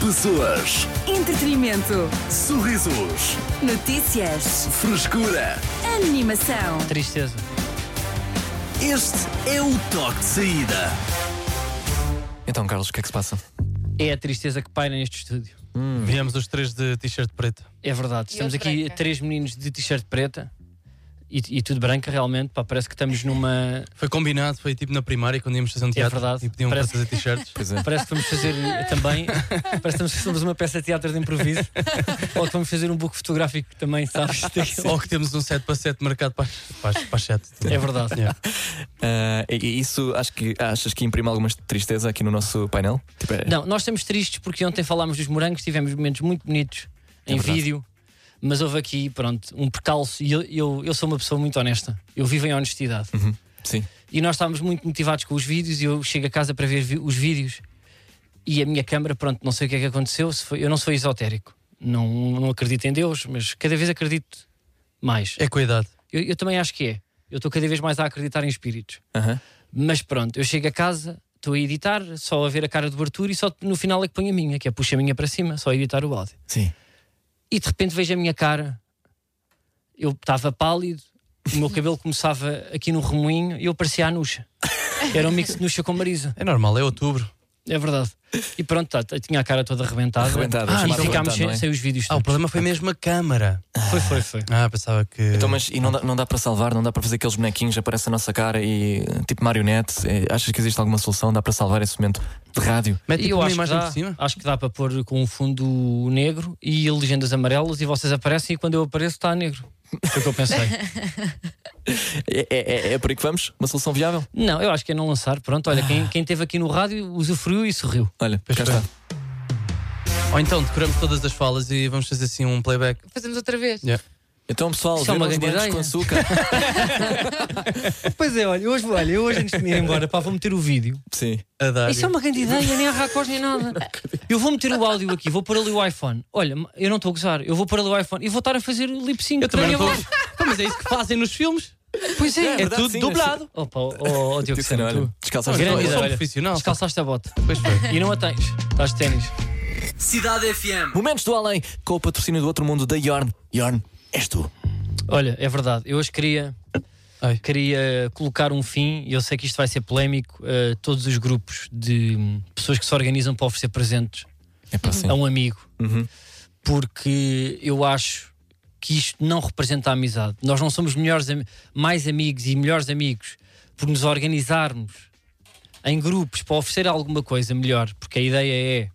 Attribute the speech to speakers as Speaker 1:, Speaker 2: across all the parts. Speaker 1: Pessoas,
Speaker 2: Entretenimento.
Speaker 1: sorrisos,
Speaker 2: Notícias.
Speaker 1: frescura.
Speaker 2: Animação.
Speaker 3: Tristeza.
Speaker 1: Este é o toque de saída.
Speaker 4: Então, Carlos, o que é que se passa?
Speaker 3: É a tristeza que paira neste estúdio.
Speaker 5: Viemos os três de t-shirt preto.
Speaker 3: É verdade. Estamos
Speaker 6: eu
Speaker 3: aqui
Speaker 6: branca.
Speaker 3: três meninos de t-shirt preta e, e tudo branca, realmente. Pá, parece que estamos numa.
Speaker 5: Foi combinado, foi tipo na primária quando íamos fazer um teatro
Speaker 3: É verdade.
Speaker 5: e pediam
Speaker 3: Parece-
Speaker 5: para fazer t-shirts.
Speaker 4: Pois é.
Speaker 3: Parece que vamos fazer eh, também. Parece que somos uma peça de teatro de improviso. Ou que vamos fazer um book fotográfico também, sabes?
Speaker 5: Ou que temos um 7 para 7 marcado para, as- para, as- para 7.
Speaker 3: É verdade.
Speaker 4: Ah, e- e isso acho que achas que imprime alguma tristeza aqui no nosso painel? Tipo, é-
Speaker 3: Não, nós estamos tristes porque ontem falámos dos morangos, tivemos momentos muito bonitos em
Speaker 4: verdade.
Speaker 3: vídeo, mas houve aqui, pronto, um percalço. E eu, eu, eu sou uma pessoa muito honesta, eu vivo em honestidade.
Speaker 4: Sim.
Speaker 3: E nós estávamos muito motivados com os vídeos e eu chego a casa para ver vi- os vídeos e a minha câmara, pronto, não sei o que é que aconteceu, se foi- eu não sou esotérico, não, não acredito em Deus, mas cada vez acredito mais.
Speaker 5: É cuidado.
Speaker 3: Eu, eu também acho que é. Eu estou cada vez mais a acreditar em espíritos.
Speaker 4: Aham.
Speaker 3: Mas pronto, eu chego a casa, estou a editar, só a ver a cara do Arthur e só no final é que ponho a minha, que é puxa a minha para cima, só a editar o áudio.
Speaker 4: Sim.
Speaker 3: E de repente vejo a minha cara, eu estava pálido, o meu cabelo começava aqui no remoinho e eu parecia a Nuxa. Era um mix de Nuxa com Marisa,
Speaker 5: É normal, é outubro.
Speaker 3: é verdade. E pronto, tá, eu tinha a cara toda
Speaker 4: Tá
Speaker 3: arrebentada.
Speaker 4: Arrebentada,
Speaker 3: e
Speaker 4: chamada
Speaker 3: Ah, ficámos
Speaker 4: arrebentada,
Speaker 3: sem,
Speaker 4: não é?
Speaker 3: sem os vídeos.
Speaker 5: Ah, o problema foi mesmo a câmara.
Speaker 3: é Foi, foi, foi.
Speaker 5: Ah, pensava que.
Speaker 4: Então, mas e não dá, não dá para salvar, não dá para fazer aqueles bonequinhos, aparece a nossa cara e tipo marionete. É, achas que existe alguma solução? Dá para salvar esse momento de rádio?
Speaker 5: Mete
Speaker 3: E
Speaker 5: tipo,
Speaker 3: eu
Speaker 5: uma
Speaker 3: acho que,
Speaker 5: imagem
Speaker 3: dá,
Speaker 5: por cima.
Speaker 3: acho que dá para pôr com um fundo negro e legendas amarelas e vocês aparecem e quando eu apareço está negro. Foi o que eu pensei.
Speaker 4: É, é, é- é por aí que vamos? Uma solução viável?
Speaker 3: Não, eu acho que é não lançar. Pronto, olha, quem, quem esteve aqui no rádio usufruiu e sorriu.
Speaker 4: Olha,
Speaker 5: Pois
Speaker 4: cá
Speaker 5: foi.
Speaker 4: está.
Speaker 5: Ou então decoramos todas as falas e vamos fazer assim um playback.
Speaker 6: Fazemos outra vez.
Speaker 5: Yeah.
Speaker 4: Então, pessoal,
Speaker 3: Isso é uma
Speaker 4: ver os
Speaker 3: grande
Speaker 4: bancos
Speaker 3: ideia.
Speaker 4: com açúcar.
Speaker 3: Pois é, olha, hoje, olha, eu hoje antes de me ir embora, pá, vou meter o vídeo.
Speaker 4: Sim.
Speaker 5: A dar.
Speaker 3: Isso é uma grande ideia, nem há racós nem nada. Eu vou meter o áudio aqui, vou pôr ali o iPhone. Olha, eu não estou a gozar, eu vou pôr ali o iPhone e vou estar a fazer lip sync
Speaker 5: Eu
Speaker 3: da
Speaker 5: também
Speaker 3: minha
Speaker 5: não
Speaker 3: voz.
Speaker 5: estou. Pá, Mas é isso que fazem nos filmes.
Speaker 3: Pois é,
Speaker 4: É verdade,
Speaker 5: tudo
Speaker 4: sim,
Speaker 5: dublado.
Speaker 3: Opa, ó oh, oh, Diogo
Speaker 4: Tipo, cena,
Speaker 3: Sena,
Speaker 4: olha,
Speaker 3: tu
Speaker 4: descalçaste
Speaker 3: Grande
Speaker 5: Eu
Speaker 3: ideia,
Speaker 5: sou um
Speaker 3: olha.
Speaker 5: profissional.
Speaker 3: descalçaste a bota
Speaker 5: Pois foi.
Speaker 3: e não a tens, estás de ténis.
Speaker 1: Cidade FM.
Speaker 4: Momentos do além com o patrocínio do outro mundo da Yorn. Yorn, és tu.
Speaker 3: Olha, é verdade, eu hoje queria.
Speaker 5: Ai.
Speaker 3: Queria colocar um fim, e eu sei que isto vai ser polémico. A todos os grupos de hum, pessoas que se organizam para oferecer presentes
Speaker 4: É para sim. Uhum.
Speaker 3: a um amigo, porque eu acho que isto não representa a amizade. Nós não somos melhores, ami- mais amigos e melhores amigos por nos organizarmos em grupos para oferecer alguma coisa melhor, porque a ideia é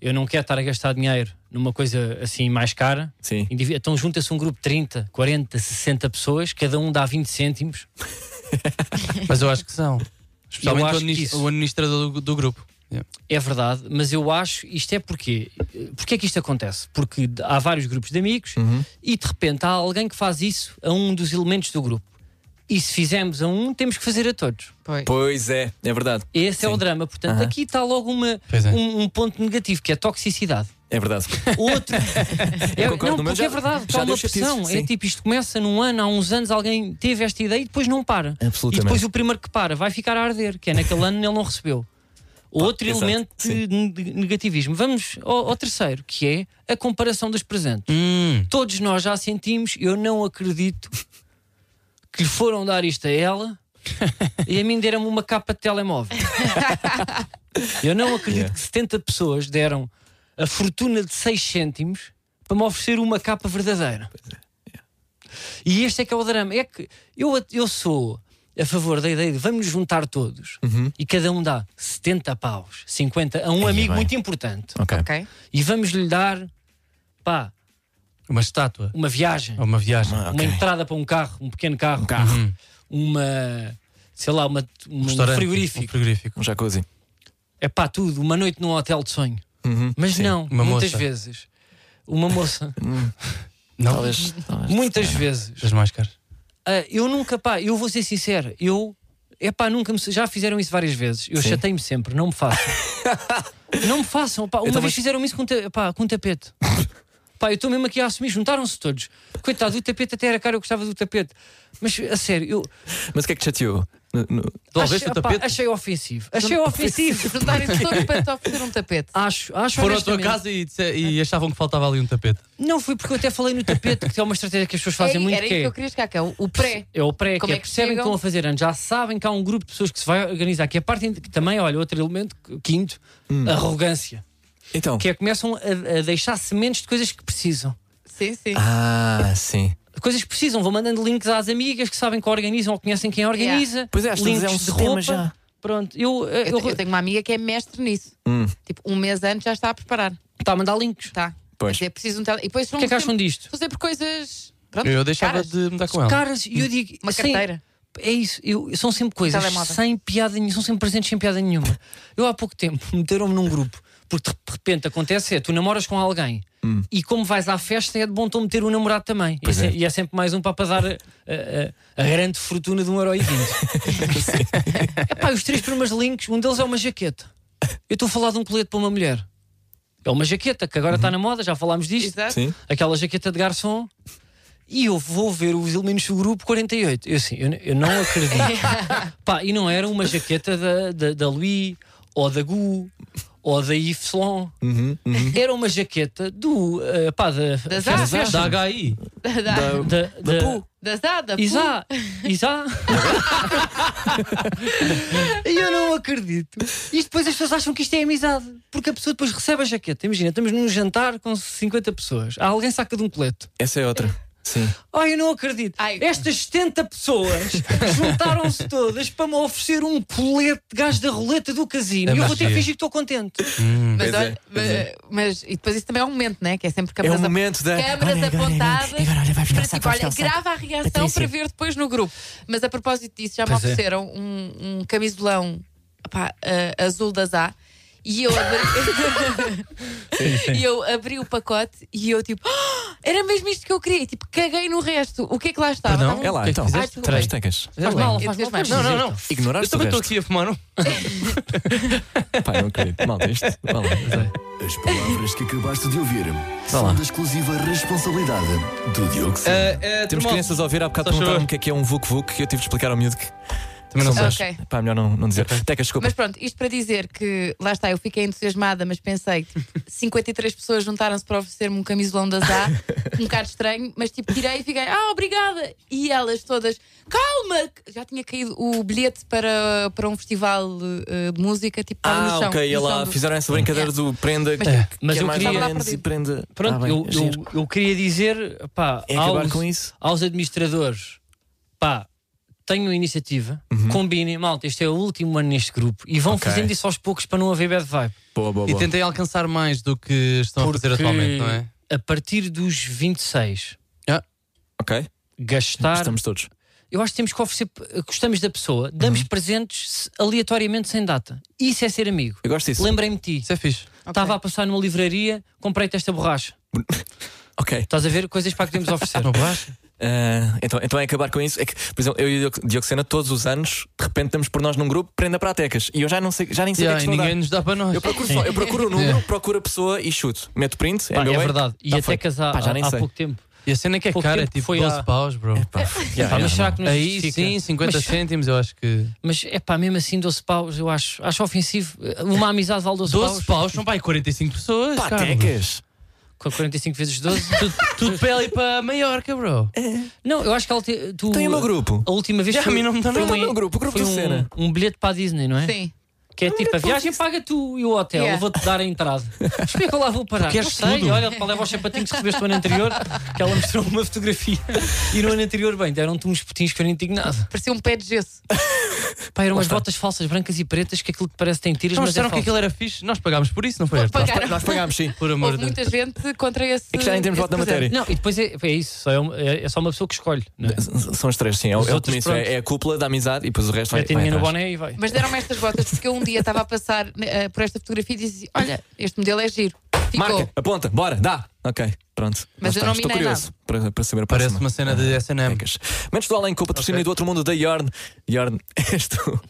Speaker 3: eu não quero estar a gastar dinheiro numa coisa assim mais cara.
Speaker 4: Sim.
Speaker 3: Indivi- Então junta-se um grupo de 30, 40, 60 pessoas, cada um dá 20 cêntimos.
Speaker 5: Mas eu acho que são. Especialmente
Speaker 3: acho
Speaker 5: o,
Speaker 3: que
Speaker 5: administ-
Speaker 3: isso-
Speaker 5: o administrador do, do grupo.
Speaker 3: É verdade, mas eu acho isto é porque porque é que isto acontece? Porque d- há vários grupos de amigos e de repente há alguém que faz isso a um dos elementos do grupo. E se fizermos a um, temos que fazer a todos.
Speaker 6: Pois.
Speaker 4: Pois é, é verdade.
Speaker 3: Esse é
Speaker 4: Sim.
Speaker 3: o drama. Portanto,
Speaker 4: Aham.
Speaker 3: aqui está logo uma,
Speaker 5: Pois é.
Speaker 3: um, um ponto negativo que é a toxicidade.
Speaker 4: É verdade.
Speaker 3: Outro. é,
Speaker 4: concordo,
Speaker 3: não,
Speaker 4: mas
Speaker 3: porque
Speaker 4: já-
Speaker 3: é verdade,
Speaker 4: já
Speaker 3: está
Speaker 4: deu
Speaker 3: uma pressão.
Speaker 4: chatice,
Speaker 3: É
Speaker 4: sim.
Speaker 3: tipo, isto começa num ano, há uns anos alguém teve esta ideia e depois não para. E
Speaker 4: Absolutamente.
Speaker 3: depois o primeiro que para vai ficar a arder, que é naquele ano ele não recebeu. Outro
Speaker 4: exato,
Speaker 3: elemento de neg- negativismo. Vamos ao, ao terceiro, que é a comparação dos presentes.
Speaker 5: Hum.
Speaker 3: Todos nós já sentimos, eu não acredito que lhe foram dar isto a ela e a mim deram-me uma capa de telemóvel. eu não acredito
Speaker 4: Yeah.
Speaker 3: que 70 pessoas deram a fortuna de 6 cêntimos para me oferecer uma capa verdadeira. E este é que é o drama. É que eu, eu sou a favor da ideia de vamos nos juntar todos e cada um dá 70 paus, 50 a um amigo
Speaker 4: bem.
Speaker 3: muito importante
Speaker 4: Ok.
Speaker 6: Ok?
Speaker 3: e vamos lhe dar pá,
Speaker 5: Uma estátua.
Speaker 3: uma viagem
Speaker 5: Ou uma viagem.
Speaker 3: uma entrada para um carro, um pequeno carro, Uhum. uma sei lá, uma, um
Speaker 5: Restaurante, Um
Speaker 3: frigorífico,
Speaker 5: frigorífico.
Speaker 4: Um jacuzzi.
Speaker 3: é pá, tudo, uma noite num hotel de sonho.
Speaker 4: Uhum,
Speaker 3: Mas
Speaker 4: sim.
Speaker 3: não,
Speaker 5: Uma
Speaker 3: muitas
Speaker 5: moça.
Speaker 3: vezes. Uma moça,
Speaker 5: Não?
Speaker 4: Talvez. talvez.
Speaker 3: muitas vezes.
Speaker 5: As mais caras.
Speaker 3: Ah, eu nunca, pá, eu vou ser sincero, eu é pá, nunca me já fizeram isso várias vezes. Eu
Speaker 4: Sim.
Speaker 3: chatei-me sempre, não me façam. não me façam, pá, uma
Speaker 4: Então,
Speaker 3: vez
Speaker 4: mas-
Speaker 3: fizeram isso com, ta- pá, com um tapete. Pá, eu estou mesmo aqui a assumir, juntaram-se todos. Coitado, o tapete até era caro, eu gostava do tapete. Mas a sério, eu,
Speaker 4: Mas o que é que te chateou? No- no-
Speaker 5: Devolveste o
Speaker 3: Achei-
Speaker 5: tapete?
Speaker 3: Epá, achei ofensivo. Achei ofensivo.
Speaker 6: Juntarem-se todos para te oferecer um tapete.
Speaker 3: Acho, acho
Speaker 5: Foram à tua
Speaker 3: honestamente.
Speaker 5: casa e, disse- e achavam que faltava ali um tapete.
Speaker 3: Não fui porque eu até falei no tapete, que é uma estratégia que as pessoas fazem
Speaker 6: Era-
Speaker 3: muito
Speaker 6: Era
Speaker 3: que
Speaker 6: isso
Speaker 3: é.
Speaker 6: que eu queria chegar cá, o o pré.
Speaker 3: É o pré,
Speaker 6: Como
Speaker 3: que é,
Speaker 6: é que
Speaker 3: percebem que
Speaker 6: chegam?
Speaker 3: estão a fazer anos, já sabem que há um grupo de pessoas que se vai organizar, que é parte que também, olha, outro elemento, quinto,
Speaker 4: Hum.
Speaker 3: arrogância,
Speaker 4: Então.
Speaker 3: que é começam a, a deixar sementes de coisas que precisam.
Speaker 6: Sim, sim.
Speaker 4: Ah, sim.
Speaker 3: Coisas que precisam, vão mandando links às amigas que sabem que organizam ou conhecem quem organiza.
Speaker 4: Pois é, às
Speaker 3: links
Speaker 4: tantas é um
Speaker 3: de
Speaker 4: sistema
Speaker 3: roupa.
Speaker 4: já.
Speaker 3: Pronto, eu, eh,
Speaker 6: Eu,
Speaker 3: eu,
Speaker 6: te- eu tenho uma amiga que é mestre nisso.
Speaker 4: Hum.
Speaker 6: Tipo, um mês antes já está a preparar.
Speaker 3: está a mandar links.
Speaker 6: Tá.
Speaker 4: Pois.
Speaker 6: Mas é preciso um tele... E depois
Speaker 3: O
Speaker 6: são
Speaker 3: que é que acham
Speaker 6: sempre,
Speaker 3: disto?
Speaker 6: são sempre coisas. Pronto,
Speaker 5: Eu deixava
Speaker 6: caras.
Speaker 5: de mudar com ela.
Speaker 3: Caras, e eu digo.
Speaker 6: Uma
Speaker 3: sem-
Speaker 6: carteira.
Speaker 3: É isso, eu- são sempre coisas
Speaker 6: telemóvel.
Speaker 3: sem piada nenhuma, são sempre presentes sem piada nenhuma. Eu há pouco tempo meteram-me num grupo, porque de repente acontece é, tu namoras com alguém e como vais à festa é de bom tom meter o namorado também. E é,
Speaker 4: Hum. Pois
Speaker 3: se-
Speaker 4: é.
Speaker 3: e é sempre mais um para pagar a, a- a- a grande fortuna de um euro e vinte. Epá, os três primeiros links, um deles é uma jaqueta. Eu estou a falar de um colete para uma mulher. É uma jaqueta que agora
Speaker 4: Uhum.
Speaker 3: está na moda, já falámos disto
Speaker 6: Exato.
Speaker 4: Sim.
Speaker 3: aquela jaqueta de garçom. E eu vou ver os elementos do grupo 48. Eu assim, eu, eu não acredito. Pá, e não era uma jaqueta da, da, da Louis, ou da Gu, ou da Yves Saint Laurent. Era uma jaqueta do. eh, pá, da.
Speaker 6: Da Zara.
Speaker 3: da festa.
Speaker 5: Da HI.
Speaker 6: Da, da, da,
Speaker 3: Da, da-
Speaker 6: Zada.
Speaker 3: Isa, Isa. e eu não acredito. E depois as pessoas acham que isto é amizade. Porque a pessoa depois recebe a jaqueta. Imagina, estamos num jantar com 50 pessoas. Há alguém saca de um colete.
Speaker 4: Essa é outra. Sim.
Speaker 3: Ai, eu não acredito.
Speaker 6: Ai.
Speaker 3: Estas 70 pessoas juntaram-se todas para me oferecer um colete de gás da roleta do casino.
Speaker 5: É
Speaker 3: e eu vou ter que
Speaker 5: magia.
Speaker 3: fingir que estou contente.
Speaker 6: Mas,
Speaker 4: Pois é,
Speaker 6: olha,
Speaker 4: pois é.
Speaker 6: mas, mas- e depois isso também é um momento, né? Que é sempre
Speaker 4: É o
Speaker 6: câmaras, ap-
Speaker 4: momento da.
Speaker 6: câmaras
Speaker 4: Olha, agora,
Speaker 6: apontadas.
Speaker 4: Agora, agora, olha, vai buscar o
Speaker 6: para
Speaker 4: saco,
Speaker 6: tipo,
Speaker 4: vai buscar
Speaker 6: olha,
Speaker 4: o saco.
Speaker 6: grava a reação para
Speaker 4: Patrícia.
Speaker 6: ver depois no grupo. Mas a propósito disso, já me
Speaker 3: Pois é.
Speaker 6: ofereceram um, um camisolão pá, ah, azul da Zá e eu abri. e eu abri o pacote e eu tipo, "Ah, era mesmo isto que eu queria. E, tipo, caguei no resto. O que é que lá estava?
Speaker 5: Perdão?
Speaker 6: Estava
Speaker 4: É
Speaker 6: um-
Speaker 4: lá,
Speaker 5: que é que
Speaker 4: então.
Speaker 5: fizeste?
Speaker 4: Traz as tecas.
Speaker 3: Faz mal,
Speaker 6: Eu
Speaker 3: faz mal.
Speaker 6: fiz
Speaker 3: Faz
Speaker 6: mais.
Speaker 5: Não,
Speaker 3: mal.
Speaker 5: não, não.
Speaker 4: Ignoraste
Speaker 5: Eu também
Speaker 4: o
Speaker 5: estou
Speaker 4: resto.
Speaker 5: aqui a fumar, não?
Speaker 4: Pá, não acredito. Malta, isto. Vá lá.
Speaker 1: As palavras que acabaste de ouvir
Speaker 4: lá.
Speaker 1: são da exclusiva responsabilidade do Diogo Sena.
Speaker 5: É,
Speaker 4: Temos crianças a ouvir, há bocado
Speaker 5: Só
Speaker 4: perguntaram-me o
Speaker 5: chover.
Speaker 4: que é que é um Vuk Vuk que eu tive de explicar ao miúdo que.
Speaker 5: Também não
Speaker 4: são
Speaker 6: sei.
Speaker 4: dois. Pá, melhor não, não dizer. Tecas, desculpa.
Speaker 6: Mas pronto, isto para dizer que lá está, eu fiquei entusiasmada, mas pensei que 53 pessoas juntaram-se para oferecer-me um camisolão da Zá, um bocado estranho, mas tipo, tirei e fiquei, ah, obrigada! E elas todas, calma! que Já tinha caído o bilhete para, para um festival eh, de música, tipo, estava no
Speaker 4: Ah,
Speaker 6: chão.
Speaker 4: ok,
Speaker 6: no
Speaker 4: ela
Speaker 6: chão do-
Speaker 4: fizeram essa brincadeira do prenda.
Speaker 6: Mas-
Speaker 4: que-
Speaker 6: É,
Speaker 3: mas
Speaker 4: que é
Speaker 3: eu
Speaker 4: mais
Speaker 3: queria-
Speaker 4: ou menos, e prenda.
Speaker 3: Pronto,
Speaker 4: Ah, bem,
Speaker 3: eu,
Speaker 4: giro.
Speaker 3: eu, eu queria dizer pá,
Speaker 4: É acabar
Speaker 3: aos,
Speaker 4: com isso.
Speaker 3: aos administradores: pá, tenham iniciativa, combinem, malta, este é o último ano neste grupo e vão
Speaker 4: Uhum. Ok.
Speaker 3: fazendo isso aos poucos para não haver bad vibe.
Speaker 4: Boa, boa,
Speaker 5: E
Speaker 4: boa.
Speaker 5: tentem alcançar mais do que estão a fazer
Speaker 3: Porque
Speaker 5: atualmente, não é?
Speaker 3: A partir dos 26,
Speaker 4: Ok,
Speaker 3: gastar
Speaker 4: estamos todos.
Speaker 3: Eu acho que temos que oferecer, eh, gostamos da pessoa, damos presentes se- aleatoriamente sem data. Isso é ser amigo.
Speaker 4: Eu gosto disso.
Speaker 3: Lembrei-me de ti.
Speaker 5: Isso é fixe.
Speaker 3: Estava a passar numa livraria, comprei-te esta borracha.
Speaker 4: Ok,
Speaker 3: Estás a ver coisas para que podemos oferecer.
Speaker 5: Não borracha?
Speaker 4: ah, então, então é acabar com isso. É que, por exemplo, eu e o Diogo- Diocesana, todos os anos, de repente estamos por nós num grupo, prenda para a Tecas. E eu já, não sei, já nem sei o
Speaker 5: Yeah,
Speaker 4: que é
Speaker 5: e
Speaker 4: que estou a
Speaker 5: ninguém nos dá para
Speaker 4: dar.
Speaker 5: nós.
Speaker 4: Eu procuro, só, eu procuro o número, procuro a pessoa e chuto. Meto print,
Speaker 3: Pá,
Speaker 4: meu
Speaker 3: é
Speaker 4: bem.
Speaker 3: verdade. E
Speaker 4: Tá
Speaker 3: até
Speaker 4: feito.
Speaker 3: casar
Speaker 4: Pá, já
Speaker 3: há,
Speaker 4: nem
Speaker 3: há
Speaker 4: sei.
Speaker 3: pouco tempo.
Speaker 5: E a cena é que é
Speaker 3: Pouco
Speaker 5: cara, é
Speaker 3: tempo
Speaker 5: tipo
Speaker 3: foi
Speaker 5: 12
Speaker 3: à-
Speaker 5: paus, bro.
Speaker 4: Pá, yeah,
Speaker 3: Pá,
Speaker 4: yeah,
Speaker 3: mas será
Speaker 4: não.
Speaker 3: que nos
Speaker 5: Aí
Speaker 3: justifica?
Speaker 5: sim, 50
Speaker 3: mas,
Speaker 5: cêntimos, eu acho que.
Speaker 3: mas é pá, mesmo assim, 12 paus, eu acho, acho ofensivo. Uma amizade vale 12,
Speaker 5: 12
Speaker 3: paus.
Speaker 5: paus são para aí 45 pessoas.
Speaker 4: Pá,
Speaker 5: Carlos.
Speaker 4: Tecas.
Speaker 3: Com 45 vezes 12.
Speaker 5: Tu- Tudo para ali para Maiorca, bro.
Speaker 3: Não, eu acho que ela te- tu.
Speaker 4: Tem o meu grupo.
Speaker 3: A última vez
Speaker 5: Já,
Speaker 3: foi,
Speaker 5: a mim não me dá
Speaker 3: foi
Speaker 5: nada.
Speaker 3: um-
Speaker 4: Tem o meu grupo, o grupo
Speaker 3: foi
Speaker 4: da cena.
Speaker 3: um, um bilhete para a Disney, não é?
Speaker 6: Sim.
Speaker 3: Que é tipo, a viagem paga tu e o hotel,
Speaker 6: Yeah.
Speaker 3: eu vou-te dar a entrada. Mas Como é que eu lá vou parar?
Speaker 5: Queres
Speaker 3: não sei,
Speaker 5: tudo?
Speaker 3: olha, leva os sapatinhos que recebeste o ano anterior, que ela mostrou uma fotografia. E no ano anterior, bem, deram-te uns petinhos que eu nem tinha nada.
Speaker 6: Parecia um pé de gesso.
Speaker 3: Pá, eram umas botas falsas, brancas e pretas, que aquilo que parece tem tiras,
Speaker 5: Não
Speaker 3: mas é
Speaker 5: disseram que
Speaker 3: falso.
Speaker 5: aquilo era fixe. Nós pagámos por isso, não foi? Arthur?
Speaker 6: Pagaram.
Speaker 4: Nós pagámos, sim.
Speaker 5: Por amor
Speaker 6: Houve
Speaker 5: de Deus.
Speaker 6: muita gente contra esse.
Speaker 4: É que já nem temos
Speaker 6: esse
Speaker 4: voto na
Speaker 6: presente.
Speaker 4: matéria.
Speaker 3: Não, e depois é, é isso, só é, uma- é- é só uma pessoa que escolhe. Não é?
Speaker 4: São os três, sim. É, o-
Speaker 3: Os
Speaker 4: é, o
Speaker 3: outros,
Speaker 4: comício,
Speaker 3: pronto.
Speaker 4: é, é a cúpula da amizade e depois o resto vai.
Speaker 3: Mete
Speaker 4: vai
Speaker 3: dinheiro no
Speaker 4: atrás.
Speaker 3: boné e vai.
Speaker 6: Mas deram-me estas botas porque eu um dia estava a passar eh, por esta fotografia e disse: Olha, este modelo é giro. Ficou.
Speaker 4: Marca, aponta, bora, dá. Ok, pronto.
Speaker 6: Mas
Speaker 4: Lá
Speaker 6: eu
Speaker 4: está.
Speaker 6: não
Speaker 4: Estou
Speaker 6: minei
Speaker 4: curioso para, para saber a
Speaker 5: Parece
Speaker 4: próxima.
Speaker 5: uma cena de SNM.
Speaker 4: Tecas. Menos do além com o
Speaker 5: Tá
Speaker 4: patrocínio do outro mundo da Yorn. Yorn, és tu.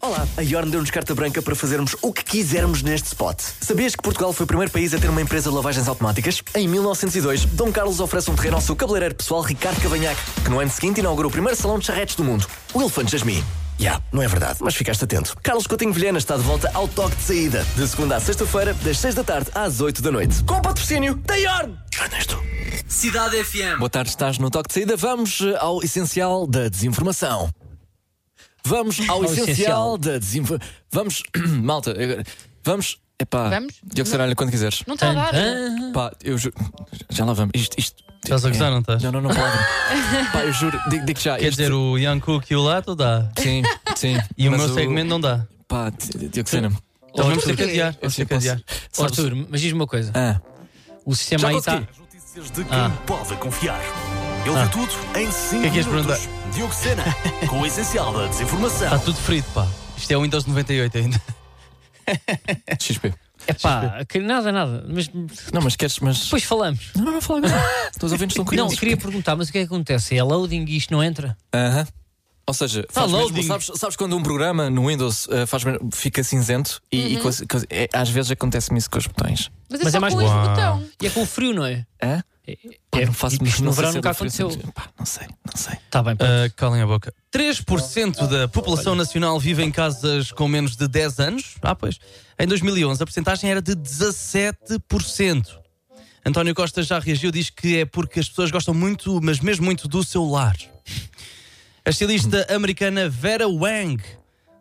Speaker 1: Olá, a Yorn deu-nos carta branca para fazermos o que quisermos neste spot.
Speaker 4: Sabias que Portugal foi o primeiro país a ter uma empresa de lavagens automáticas? Em 1902, Dom Carlos oferece um terreno ao seu cabeleireiro pessoal Ricardo Cavanhaque, que no ano seguinte inaugura o primeiro salão de charretes do mundo, o Elefante Jasmine.
Speaker 1: Yeah, não é verdade, mas ficaste atento. Carlos Coutinho Vilhena está de volta ao toque de saída, de segunda à sexta-feira, das seis da tarde às oito da noite. Com o patrocínio da Yorn! Ernesto.
Speaker 7: Cidade FM.
Speaker 4: Boa tarde, estás no toque de saída. Vamos eh, ao essencial da desinformação. Vamos ao,
Speaker 3: Ao
Speaker 4: essencial
Speaker 3: essencial.
Speaker 4: da desinformação. Vamos, malta, agora- vamos. Epá,
Speaker 6: Vamos?
Speaker 4: Diogo Saralho, quando quiseres.
Speaker 6: Não está a dar.
Speaker 4: Pá, eu juro. Já lá vamos. Isto. isto
Speaker 5: Estás a gozar, não estás?
Speaker 4: Não, não, não pode. Pá, eu juro. Digo, digo já.
Speaker 5: Quer
Speaker 4: isto-
Speaker 5: dizer, o Young Cook e o Lato dá.
Speaker 4: Sim, sim.
Speaker 5: E o
Speaker 4: Mas
Speaker 5: meu segmento não dá.
Speaker 4: Pá, Diogo Saralho.
Speaker 5: Então vamos ter
Speaker 3: Arthur,
Speaker 5: que adiar.
Speaker 4: é
Speaker 5: Vamos ter que adiar.
Speaker 3: Oh, Arthur, mas diz-me uma coisa:
Speaker 4: Ah,
Speaker 3: o sistema
Speaker 4: já
Speaker 3: aí tá- está.
Speaker 4: consegui.
Speaker 7: Notícias de quem
Speaker 5: tá. Ah.
Speaker 7: pode confiar. Ele viu tudo em 5
Speaker 5: que é que ias
Speaker 7: minutos. Diogo Sena, com o essencial da desinformação.
Speaker 5: Está Tá tudo ferido, pá. Isto é o Windows 98 ainda.
Speaker 4: XP.
Speaker 3: É pá, nada, nada. Mas
Speaker 4: Não, mas queres. Mas...
Speaker 3: depois falamos.
Speaker 4: Não, não, não, fala agora. Os teus ouvintes estão
Speaker 3: Não,
Speaker 4: curiosos.
Speaker 3: queria perguntar, mas o que é que acontece? É loading e isto não entra?
Speaker 4: Aham. Ou seja,
Speaker 3: Tá
Speaker 4: faz
Speaker 5: loading.
Speaker 4: mesmo, sabes, sabes quando um programa no Windows eh, faz mesmo- fica cinzento e,
Speaker 3: Uhum.
Speaker 4: e coisa- coisa- é, às vezes acontece-me isso com os botões.
Speaker 6: Mas é
Speaker 3: Mas
Speaker 6: só
Speaker 3: é mais-
Speaker 6: com este
Speaker 5: Uau.
Speaker 6: botão.
Speaker 3: E é com o frio, não é?
Speaker 4: Hã? Pá,
Speaker 3: É,
Speaker 4: não faço
Speaker 3: isto no
Speaker 4: sei
Speaker 3: verão
Speaker 4: se é
Speaker 3: nunca
Speaker 4: da frente,
Speaker 3: aconteceu.
Speaker 4: Pá, não sei, não sei.
Speaker 3: Está bem, pronto.
Speaker 5: Ah, calem a boca. 3% da população nacional vive em casas com menos de 10 anos. Ah, pois. Em 2011, a porcentagem era de 17%. António Costa já reagiu, diz que é porque as pessoas gostam muito, mas mesmo muito, do seu lar. A estilista americana Vera Wang,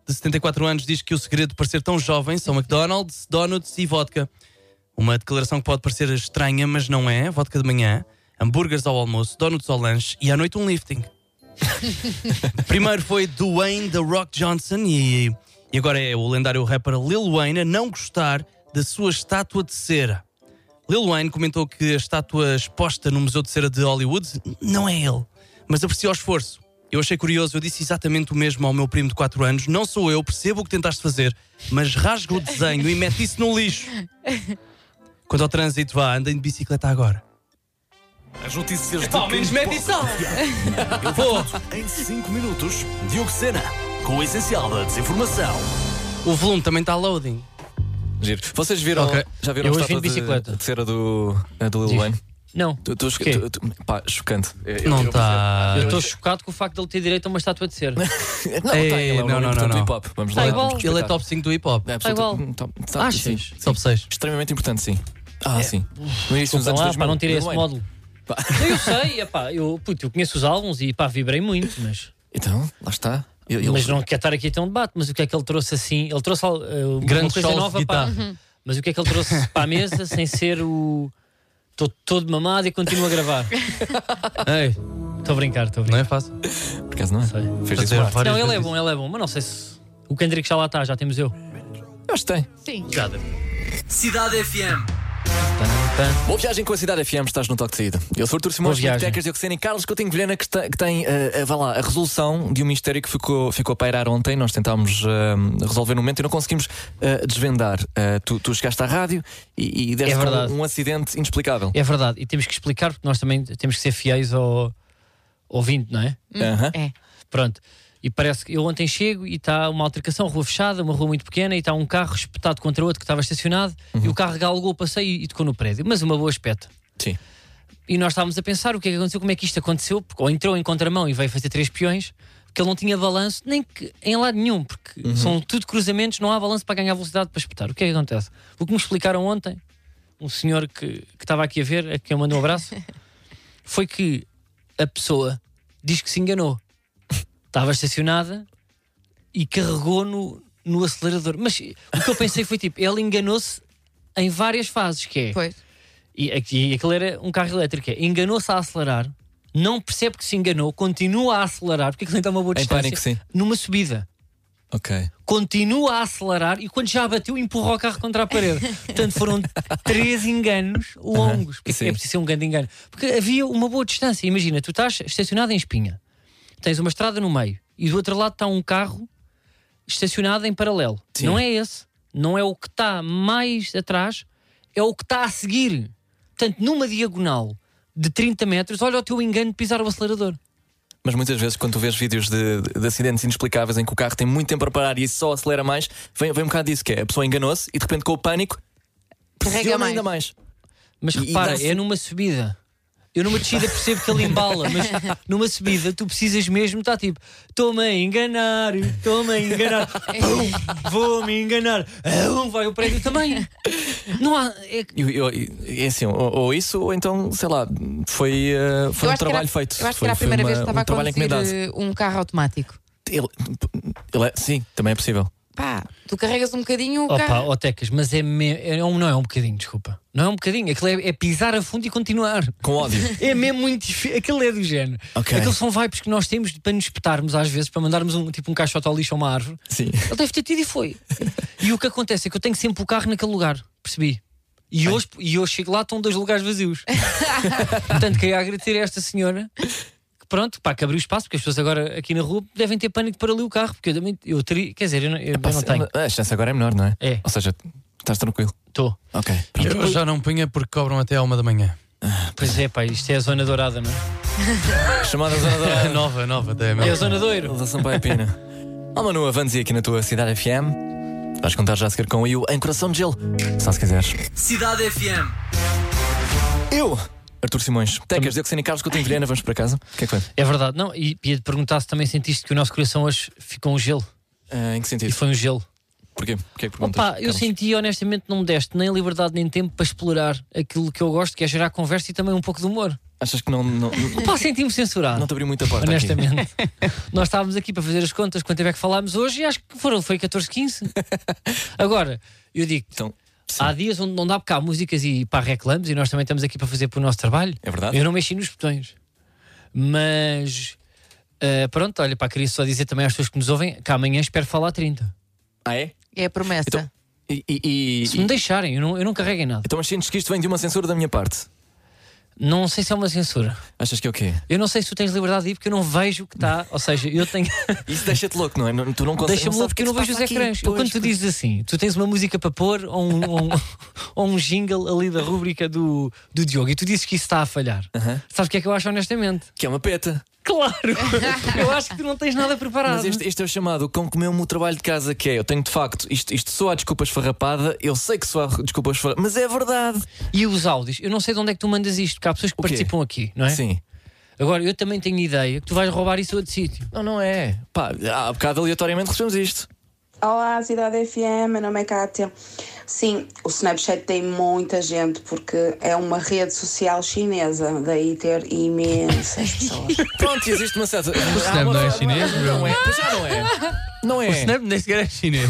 Speaker 5: de 74 anos, diz que o segredo para ser tão jovem são McDonald's, donuts e vodka. Uma declaração que pode parecer estranha, mas não é. Vodka de manhã, hambúrgueres ao almoço, donuts ao lanche e à noite um lifting. Primeiro foi Dwayne The Rock Johnson e, e agora é o lendário rapper Lil Wayne a não gostar da sua estátua de cera. Lil Wayne comentou que a estátua exposta no Museu de Cera de Hollywood não é ele, mas aprecia o esforço. Eu achei curioso, eu disse exatamente o mesmo ao meu primo de 4 anos. Não sou eu, percebo o que tentaste fazer, mas rasga o desenho e mete isso no lixo. Quanto ao trânsito, vá, andem de bicicleta agora.
Speaker 7: As notícias de
Speaker 5: É Pá, ao
Speaker 7: quem
Speaker 5: menos mete
Speaker 7: pode
Speaker 5: isso.
Speaker 7: confiar. Ele viu tudo em 5 minutos. Diogo Sena, com o essencial da desinformação.
Speaker 5: O volume também está loading.
Speaker 4: Giro. Vocês viram.
Speaker 5: Ok.
Speaker 4: Já viram
Speaker 3: Eu
Speaker 4: a
Speaker 3: hoje vim
Speaker 4: estátua
Speaker 3: de bicicleta.
Speaker 4: De, de cera do, eh, do Lil
Speaker 3: Diz.
Speaker 4: Wayne?
Speaker 3: Não,
Speaker 4: Tu, tu,
Speaker 3: Quê?
Speaker 4: tu, tu- pá, chocante. Eu-
Speaker 5: Não
Speaker 4: eu-
Speaker 5: está.
Speaker 3: eu estou chocado com o facto de ele ter direito a uma estátua de ser.
Speaker 4: Não,
Speaker 5: Ei,
Speaker 4: tá, ele é um
Speaker 5: não,
Speaker 4: nome
Speaker 5: não,
Speaker 4: importante
Speaker 5: não,
Speaker 4: do
Speaker 5: não.
Speaker 4: hip hop. Vamos
Speaker 3: Tá
Speaker 4: lá.
Speaker 3: igual. Tá
Speaker 4: vamos
Speaker 5: Ele é
Speaker 4: respeitar.
Speaker 5: top 5 do hip hop.
Speaker 4: É absoluta- top- top-
Speaker 3: Achas? É.
Speaker 4: sim, sim.
Speaker 5: Top 6.
Speaker 4: Extremamente importante, sim. Ah, sim. No início dos
Speaker 3: Desculpa
Speaker 4: anos
Speaker 3: lá,
Speaker 4: 2000,
Speaker 3: pá, não tirei
Speaker 4: Lil
Speaker 3: esse
Speaker 4: Wayne.
Speaker 3: módulo. Eu sei, epá, eu, puto, eu conheço os álbuns e pá, vibrei muito, mas,
Speaker 4: Então, lá está. Eu- eu-
Speaker 3: mas não quer estar aqui a ter um debate. Mas o que é que ele trouxe assim? Ele trouxe al- eh, uma
Speaker 5: Grandes
Speaker 3: coisa
Speaker 5: solos de
Speaker 3: nova para.
Speaker 5: guitarra.
Speaker 3: Mas o que é que ele trouxe para a mesa sem ser o. Estou todo mamado e continuo a gravar.
Speaker 5: Ei,
Speaker 3: Estou a brincar, estou a
Speaker 5: não
Speaker 3: brincar.
Speaker 5: é fácil.
Speaker 4: Por acaso não é?
Speaker 3: Sei.
Speaker 4: Fez isso
Speaker 5: Fazer
Speaker 4: mal.
Speaker 5: várias
Speaker 3: Não, ele é
Speaker 5: vezes.
Speaker 3: bom, ele é bom, mas não sei se. O Kendrick já lá está, já temos eu.
Speaker 4: Eu Acho que tem.
Speaker 6: Sim.
Speaker 7: Cidade FM.
Speaker 4: Boa viagem com a Cidade FM, estás no toque de saída. Eu sou o Artur Simões,
Speaker 3: Boa viagem.
Speaker 4: Tecas de Oxena e Carlos Coutinho Vilhena, que, está- que tem eh, eh, vá lá, a resolução de um mistério que ficou, ficou a pairar ontem. Nós tentámos eh, resolver no momento e não conseguimos eh, desvendar. Eh, tu, tu chegaste à rádio e, e deste
Speaker 3: É
Speaker 4: com
Speaker 3: verdade.
Speaker 4: um acidente inexplicável.
Speaker 3: É verdade, e temos que explicar porque nós também temos que ser fiéis ao ouvinte, não é?
Speaker 4: Aham.
Speaker 6: É.
Speaker 3: Pronto. E parece que eu ontem chego e está uma altercação, rua fechada, uma rua muito pequena, e está um carro espetado contra outro que estava estacionado, e o carro galgou, passei e, e tocou no prédio. Mas uma boa espeta.
Speaker 4: Sim.
Speaker 3: E nós estávamos a pensar o que é que aconteceu, como é que isto aconteceu, porque ou entrou em contramão e veio fazer três peões, porque ele não tinha balanço nem que, em lado nenhum, porque são tudo cruzamentos, não há balanço para ganhar velocidade para espetar. O que é que acontece? O que me explicaram ontem, um senhor que, que estava aqui a ver, a quem eu mando um abraço, foi que a pessoa diz que se enganou. Estava estacionada e carregou no, no acelerador. Mas o que eu pensei foi tipo, ele enganou-se em várias fases, que é.
Speaker 4: um
Speaker 6: Pois.
Speaker 3: E, aqui- e aquilo era um carro elétrico. é, Enganou-se a acelerar, não percebe que se enganou, continua a acelerar, porque aquilo ainda é uma boa
Speaker 4: Em
Speaker 3: distância,
Speaker 4: pânico, sim.
Speaker 3: numa subida.
Speaker 4: Ok.
Speaker 3: Continua a acelerar e quando já bateu, empurra o carro contra a parede. Portanto, foram três enganos longos. porque
Speaker 4: sim.
Speaker 3: é preciso ser um grande engano. Porque havia uma boa distância. Imagina, tu estás estacionado em Espinha, tens uma estrada no meio e do outro lado está um carro estacionado em paralelo.
Speaker 4: Sim.
Speaker 3: Não é esse. Não é o que está mais atrás, é o que está a seguir. Portanto, numa diagonal de 30 metros, olha o teu engano de pisar o acelerador.
Speaker 4: Mas muitas vezes, quando tu vês vídeos de, de acidentes inexplicáveis em que o carro tem muito tempo para parar e só acelera mais, vem, vem um bocado disso: que é a pessoa enganou-se e de repente, com o pânico, pressiona
Speaker 6: mais.
Speaker 4: ainda mais.
Speaker 3: Mas
Speaker 4: E- e
Speaker 3: repara,
Speaker 4: dá-se-
Speaker 3: é numa subida. Eu numa descida percebo que ele embala, mas numa subida tu precisas mesmo estar tipo: estou-me a enganar, estou-me a enganar, Pum, vou-me enganar, Ah, vai o prédio também. Não há. é-
Speaker 4: Eu- eu- é assim, ou, ou isso, ou então, sei lá, foi, eh, foi
Speaker 6: Eu
Speaker 4: um
Speaker 6: acho que era-
Speaker 4: trabalho feito.
Speaker 6: Eu acho que
Speaker 4: foi,
Speaker 6: era a
Speaker 4: foi
Speaker 6: primeira
Speaker 4: uma-
Speaker 6: vez que estava
Speaker 4: um
Speaker 6: a
Speaker 4: trabalho
Speaker 6: conduzir
Speaker 4: encomendado.
Speaker 6: eh, um carro automático.
Speaker 4: Ele, ele é- sim, também é possível.
Speaker 6: Pá, tu carregas um bocadinho o
Speaker 3: Opa,
Speaker 6: carro.
Speaker 3: ó Tecas, mas é, me... é um- não é um bocadinho, desculpa. Não é um bocadinho, aquilo é, é pisar a fundo e continuar.
Speaker 4: Com ódio.
Speaker 3: É mesmo muito difícil. Aquilo é do género.
Speaker 4: Ok.
Speaker 3: Aqueles são vibes que nós temos para nos espetarmos às vezes, para mandarmos um, tipo um caixote ao lixo a uma árvore.
Speaker 4: sim.
Speaker 3: Ele deve ter tido e foi. E o que acontece é que eu tenho sempre o carro naquele lugar, percebi. E hoje, e hoje chego lá, estão dois lugares vazios. Portanto, queria agradecer a esta senhora que, pronto, pá, que abriu espaço, porque as pessoas agora aqui na rua devem ter pânico para ali o carro, porque eu também, eu teria, quer dizer, eu não, eu- eu não tenho.
Speaker 4: A chance agora é menor, não é?
Speaker 3: É.
Speaker 4: Ou seja, estás tranquilo.
Speaker 3: Estou.
Speaker 4: Ok.
Speaker 5: Eu já não punha porque cobram até à uma da manhã.
Speaker 3: Pois é, pá, isto é a zona dourada, não é?
Speaker 4: Chamada Zona Dourada.
Speaker 5: Ah, nova, nova, até
Speaker 3: É a zona doiro.
Speaker 4: da Sampaio Pina. Ó Manu, avanzi aqui na tua Cidade FM. Vais contar já a seguir com o Iu em Coração de Gelo. Só se quiseres.
Speaker 1: Cidade FM.
Speaker 4: Eu, Artur Simões. Tecas, eu que sei Carlos, que eu tenho Vilhena, vamos para casa. O que é que foi?
Speaker 3: É verdade, não? E ia te perguntar se também sentiste que o nosso coração hoje ficou um gelo.
Speaker 4: Eh, em que
Speaker 3: E
Speaker 4: sentido?
Speaker 3: foi um gelo.
Speaker 4: Porquê? Porquê que perguntas?
Speaker 3: Opa, eu
Speaker 4: Carlos?
Speaker 3: senti honestamente não me deste nem liberdade nem tempo para explorar aquilo que eu gosto, que é gerar conversa e também um pouco de humor.
Speaker 4: Achas que não, não,
Speaker 3: Opa, senti-me censurado.
Speaker 4: não te abriu muita porta? aqui?
Speaker 3: Honestamente, nós estávamos aqui para fazer as contas quanto é que falámos hoje e acho que foram, foi 14, 15. Agora, eu digo,
Speaker 4: Então, sim,
Speaker 3: há dias onde não dá para cá músicas e para reclames e nós também estamos aqui para fazer para o nosso trabalho.
Speaker 4: é verdade?
Speaker 3: Eu não mexi nos botões. Mas ah, pronto, olha, pá, queria só dizer também às pessoas que nos ouvem que amanhã espero falar 30.
Speaker 4: Ah, é?
Speaker 6: É a promessa.
Speaker 4: Então- E, e, e-
Speaker 3: Se me deixarem, eu não, eu não carrego em nada.
Speaker 4: então, mas sentes que isto vem de uma censura da minha parte?
Speaker 3: Não sei se é uma censura.
Speaker 4: Achas que é o quê?
Speaker 3: Eu não sei se tu tens liberdade de ir porque eu não vejo o que está. Ou seja, eu tenho.
Speaker 4: Isso deixa-te louco, não é? Não- Tu não
Speaker 3: Deixa-me
Speaker 4: consegues. sabes
Speaker 3: louco porque eu não
Speaker 4: o que
Speaker 3: vejo
Speaker 4: é
Speaker 3: os
Speaker 4: que se
Speaker 3: ecrãs.
Speaker 4: passa
Speaker 3: Eu,
Speaker 4: aqui.
Speaker 3: quando tu
Speaker 4: Pois,
Speaker 3: dizes assim, tu tens uma música para pôr ou um, ou um- ou um jingle ali da rúbrica do, do Diogo e tu dizes que isso está a falhar. Sabes o que é que eu acho honestamente?
Speaker 4: Que é uma peta.
Speaker 3: Claro! eu acho que tu não tens nada preparado.
Speaker 4: Mas este, este é o chamado o cão comeu-me o trabalho de casa que é. Eu tenho de facto, isto, isto soa a desculpa esfarrapada, eu sei que soa a desculpa esfarrapada, mas é verdade.
Speaker 3: E os áudios? Eu não sei de onde é que tu mandas isto, porque há pessoas que
Speaker 4: O quê?
Speaker 3: participam aqui, não é?
Speaker 4: Sim.
Speaker 3: Agora, eu também tenho ideia que tu vais roubar isso a outro sítio.
Speaker 4: Não, não é. Pá, há bocado aleatoriamente recebemos isto.
Speaker 8: Olá, Cidade FM, meu nome é Kátia. Sim, o Snapchat tem muita gente porque é uma rede social chinesa, daí ter imensas pessoas.
Speaker 4: Pronto, e existe uma certa. O
Speaker 5: Snap não é chinês, meu?
Speaker 4: Não é, pois já não é. Não é.
Speaker 5: Snap nem sequer é chinês.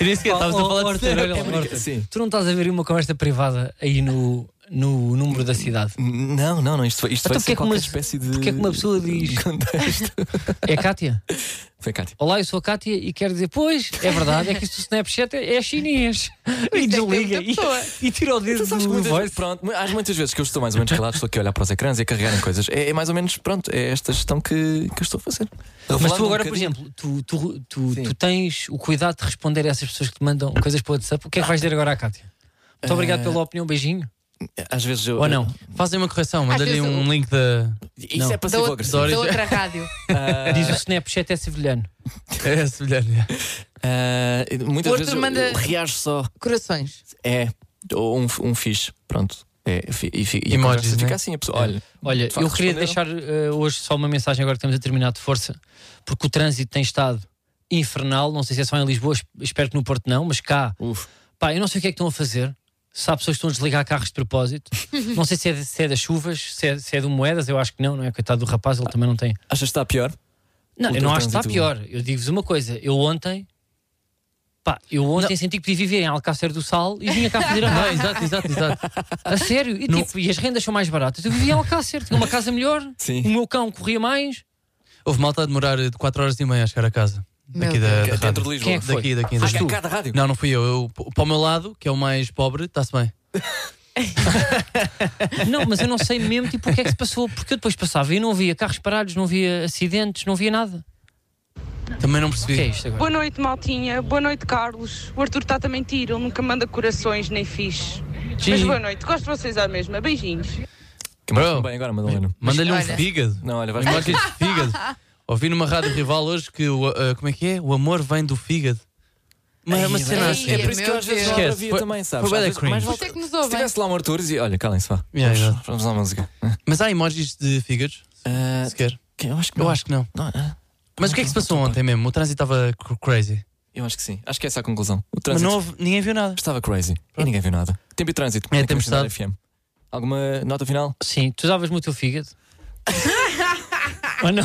Speaker 5: Eu nem sequer estavas a
Speaker 3: Oh,
Speaker 5: falar de
Speaker 3: Horta,
Speaker 5: Snap.
Speaker 4: é
Speaker 3: olha lá, Horta.
Speaker 4: Sim.
Speaker 3: Tu não estás a ver uma conversa privada aí no, no número da cidade?
Speaker 4: Não, não, não, isto foi, isto
Speaker 3: Então porque é
Speaker 4: foi
Speaker 3: que
Speaker 4: qualquer
Speaker 3: uma-
Speaker 4: espécie de.
Speaker 3: porque é que uma pessoa diz-
Speaker 4: Contexto.
Speaker 3: É a Cátia?
Speaker 4: Foi Cátia.
Speaker 3: Olá, eu sou a Cátia e quero dizer, pois, é verdade, é que isto do Snapchat é, é chinês. E
Speaker 6: Isto é que tem
Speaker 3: desliga
Speaker 6: muita
Speaker 3: e,
Speaker 6: pessoa.
Speaker 3: e tira o dedo
Speaker 4: Tu sabes
Speaker 3: do
Speaker 4: que muitas,
Speaker 3: voice.
Speaker 4: pronto, mu- há muitas vezes que eu estou mais ou menos calado, estou aqui a olhar para os ecrãs e a carregar em coisas. É, é mais ou menos, pronto, é esta gestão que, que eu estou a fazer.
Speaker 3: Mas
Speaker 4: Revelando
Speaker 3: tu
Speaker 4: um
Speaker 3: agora, por
Speaker 4: bocadinho.
Speaker 3: exemplo, tu, tu, tu,
Speaker 4: Sim.
Speaker 3: tu tens o cuidado de responder a essas pessoas que te mandam coisas para o WhatsApp. O que é que vais dizer agora à Cátia? Muito obrigado pela opinião, beijinho.
Speaker 4: Às vezes eu.
Speaker 3: Ou não?
Speaker 5: Fazem uma correção, manda-lhe
Speaker 6: vezes
Speaker 5: um
Speaker 6: eu-
Speaker 5: link da.
Speaker 4: Isso
Speaker 3: Não.
Speaker 4: é
Speaker 6: Da,
Speaker 4: passivo
Speaker 6: outra-
Speaker 4: agressivo.
Speaker 5: Dori-
Speaker 6: da outra rádio.
Speaker 3: Diz o Snapchat é sevilhano.
Speaker 5: É semelhante.
Speaker 4: Ah, muitas
Speaker 6: O
Speaker 4: vezes
Speaker 6: Arthur
Speaker 4: eu-
Speaker 6: manda-
Speaker 4: eu reajo só.
Speaker 6: Corações.
Speaker 4: É. Ou um, um fixe. Pronto. É, fi- e, fi- e a
Speaker 5: Emojis,
Speaker 4: conversa
Speaker 5: né?
Speaker 4: fica assim. A pessoa, olha,
Speaker 3: Olha,
Speaker 4: de facto,
Speaker 3: eu queria
Speaker 4: responderam.
Speaker 3: deixar eh, hoje só uma mensagem agora que estamos a terminar de força, porque o trânsito tem estado infernal, não sei se é só em Lisboa, es- espero que no Porto não, mas cá,
Speaker 4: Uf.
Speaker 3: pá, eu não sei o que é que estão a fazer. Se há pessoas que estão a desligar carros de propósito, não sei se é, de- se é das chuvas, se é, se é do Moedas, eu acho que não, não é? Coitado do rapaz, ele também não tem.
Speaker 4: achas que está pior?
Speaker 3: Não,
Speaker 4: O
Speaker 3: eu
Speaker 4: teu
Speaker 3: não acho que está
Speaker 4: trânsito-
Speaker 3: pior. Eu digo-vos uma coisa, eu ontem. Pá, eu ontem senti que podia viver em Alcácer do Sal e vinha cá fazer a
Speaker 5: Ah,
Speaker 3: rádio.
Speaker 5: exato, exato, exato.
Speaker 3: A sério? E, tipo, e as rendas são mais baratas. Eu vivia em Alcácer, tinha uma casa melhor,
Speaker 4: Sim.
Speaker 3: o meu cão corria mais.
Speaker 5: Houve malta a demorar de 4 horas e meia a chegar a casa.
Speaker 6: Meu
Speaker 5: Daqui da, da
Speaker 4: Dentro
Speaker 5: rádio.
Speaker 4: de Lisboa.
Speaker 3: Quem é que foi?
Speaker 5: Daqui, daqui,
Speaker 4: Ah,
Speaker 5: daqui.
Speaker 4: cá, cá da rádio.
Speaker 5: Não, não fui eu. eu. p- Para o meu lado, que é o mais pobre, está-se bem.
Speaker 3: Não, mas eu não sei mesmo tipo, o que é que se passou, porque eu depois passava e não via carros parados, não via acidentes, não via nada.
Speaker 5: Também não
Speaker 3: O que é
Speaker 5: percebi.
Speaker 3: isto agora?
Speaker 9: Boa noite, Maltinha. Boa noite, Carlos. O Arthur está a mentir, ele nunca manda corações nem fixe. Mas
Speaker 3: Sim.
Speaker 9: boa noite, gosto de vocês à mesma. Beijinhos.
Speaker 4: Que mais
Speaker 5: Bro.
Speaker 4: bem agora, Madalena.
Speaker 5: Manda-lhe um
Speaker 6: Olha.
Speaker 5: fígado. um
Speaker 4: Não, olha, vais
Speaker 5: Imagens de eh, fígado. Ouvi numa rádio rival hoje que o, ah, como é que é? O amor vem do fígado. Uma, uma
Speaker 4: Ai,
Speaker 5: cena
Speaker 4: é-
Speaker 5: assim.
Speaker 4: É por isso que eu às vezes não
Speaker 6: Esquece,
Speaker 4: abria
Speaker 5: foi-
Speaker 4: também, sabes?
Speaker 5: foi bué
Speaker 4: Às
Speaker 5: da
Speaker 4: vezes-
Speaker 5: cringe.
Speaker 4: mais
Speaker 6: Por
Speaker 4: vale-
Speaker 6: isso é que nos
Speaker 4: Se
Speaker 6: ouvem.
Speaker 4: tivesse lá um Arthur, dizia: Olha, calem-se, vá.
Speaker 5: Yeah,
Speaker 4: vamos,
Speaker 5: yeah.
Speaker 4: vamos lá à música.
Speaker 5: Mas há emojis de figuras?
Speaker 4: Ah,
Speaker 5: Sequer.
Speaker 4: eu acho que
Speaker 5: Eu
Speaker 4: não.
Speaker 5: acho que não.
Speaker 4: Não, ah,
Speaker 5: Mas o que é que se passou ontem mesmo? O trânsito estava cr- crazy.
Speaker 4: Eu acho que sim. Acho que essa é a conclusão. O
Speaker 5: Mas
Speaker 4: trânsito
Speaker 5: não houve, ninguém viu nada.
Speaker 4: estava crazy e ninguém viu nada. Tempo e trânsito.
Speaker 5: É,
Speaker 4: na
Speaker 5: temos
Speaker 4: Comercial FM. Alguma nota final?
Speaker 3: Sim, tu davas-me o teu fígado. Ou não?